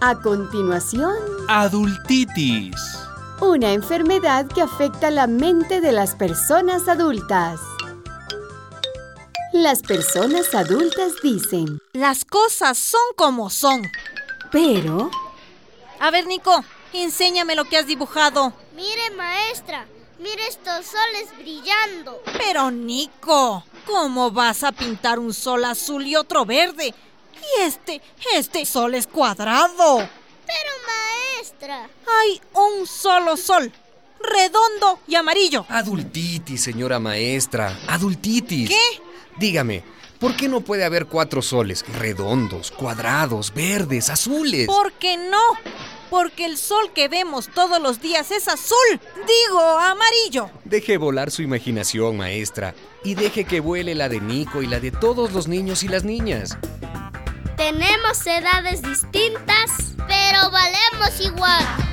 A continuación, Adultitis. una enfermedad que afecta la mente de las personas adultas. Las personas adultas dicen, Las cosas son como son. pero A ver, Nico, enséñame lo que has dibujado. Mire, maestra, mire estos soles brillando. Pero, Nico, ¿cómo vas a pintar un sol azul y otro verde? Y este, este sol es cuadrado. Pero, maestra, Hay un solo sol, redondo y amarillo. Adultitis, señora maestra. Adultitis. ¿Qué? Dígame, ¿por qué no puede haber cuatro soles redondos, cuadrados, verdes, azules? ¿Por qué no? Porque el sol que vemos todos los días es azul, digo amarillo. Deje volar su imaginación, maestra, y deje que vuele la de Nico y la de todos los niños y las niñas. tenemos edades distintas, pero valemos igual.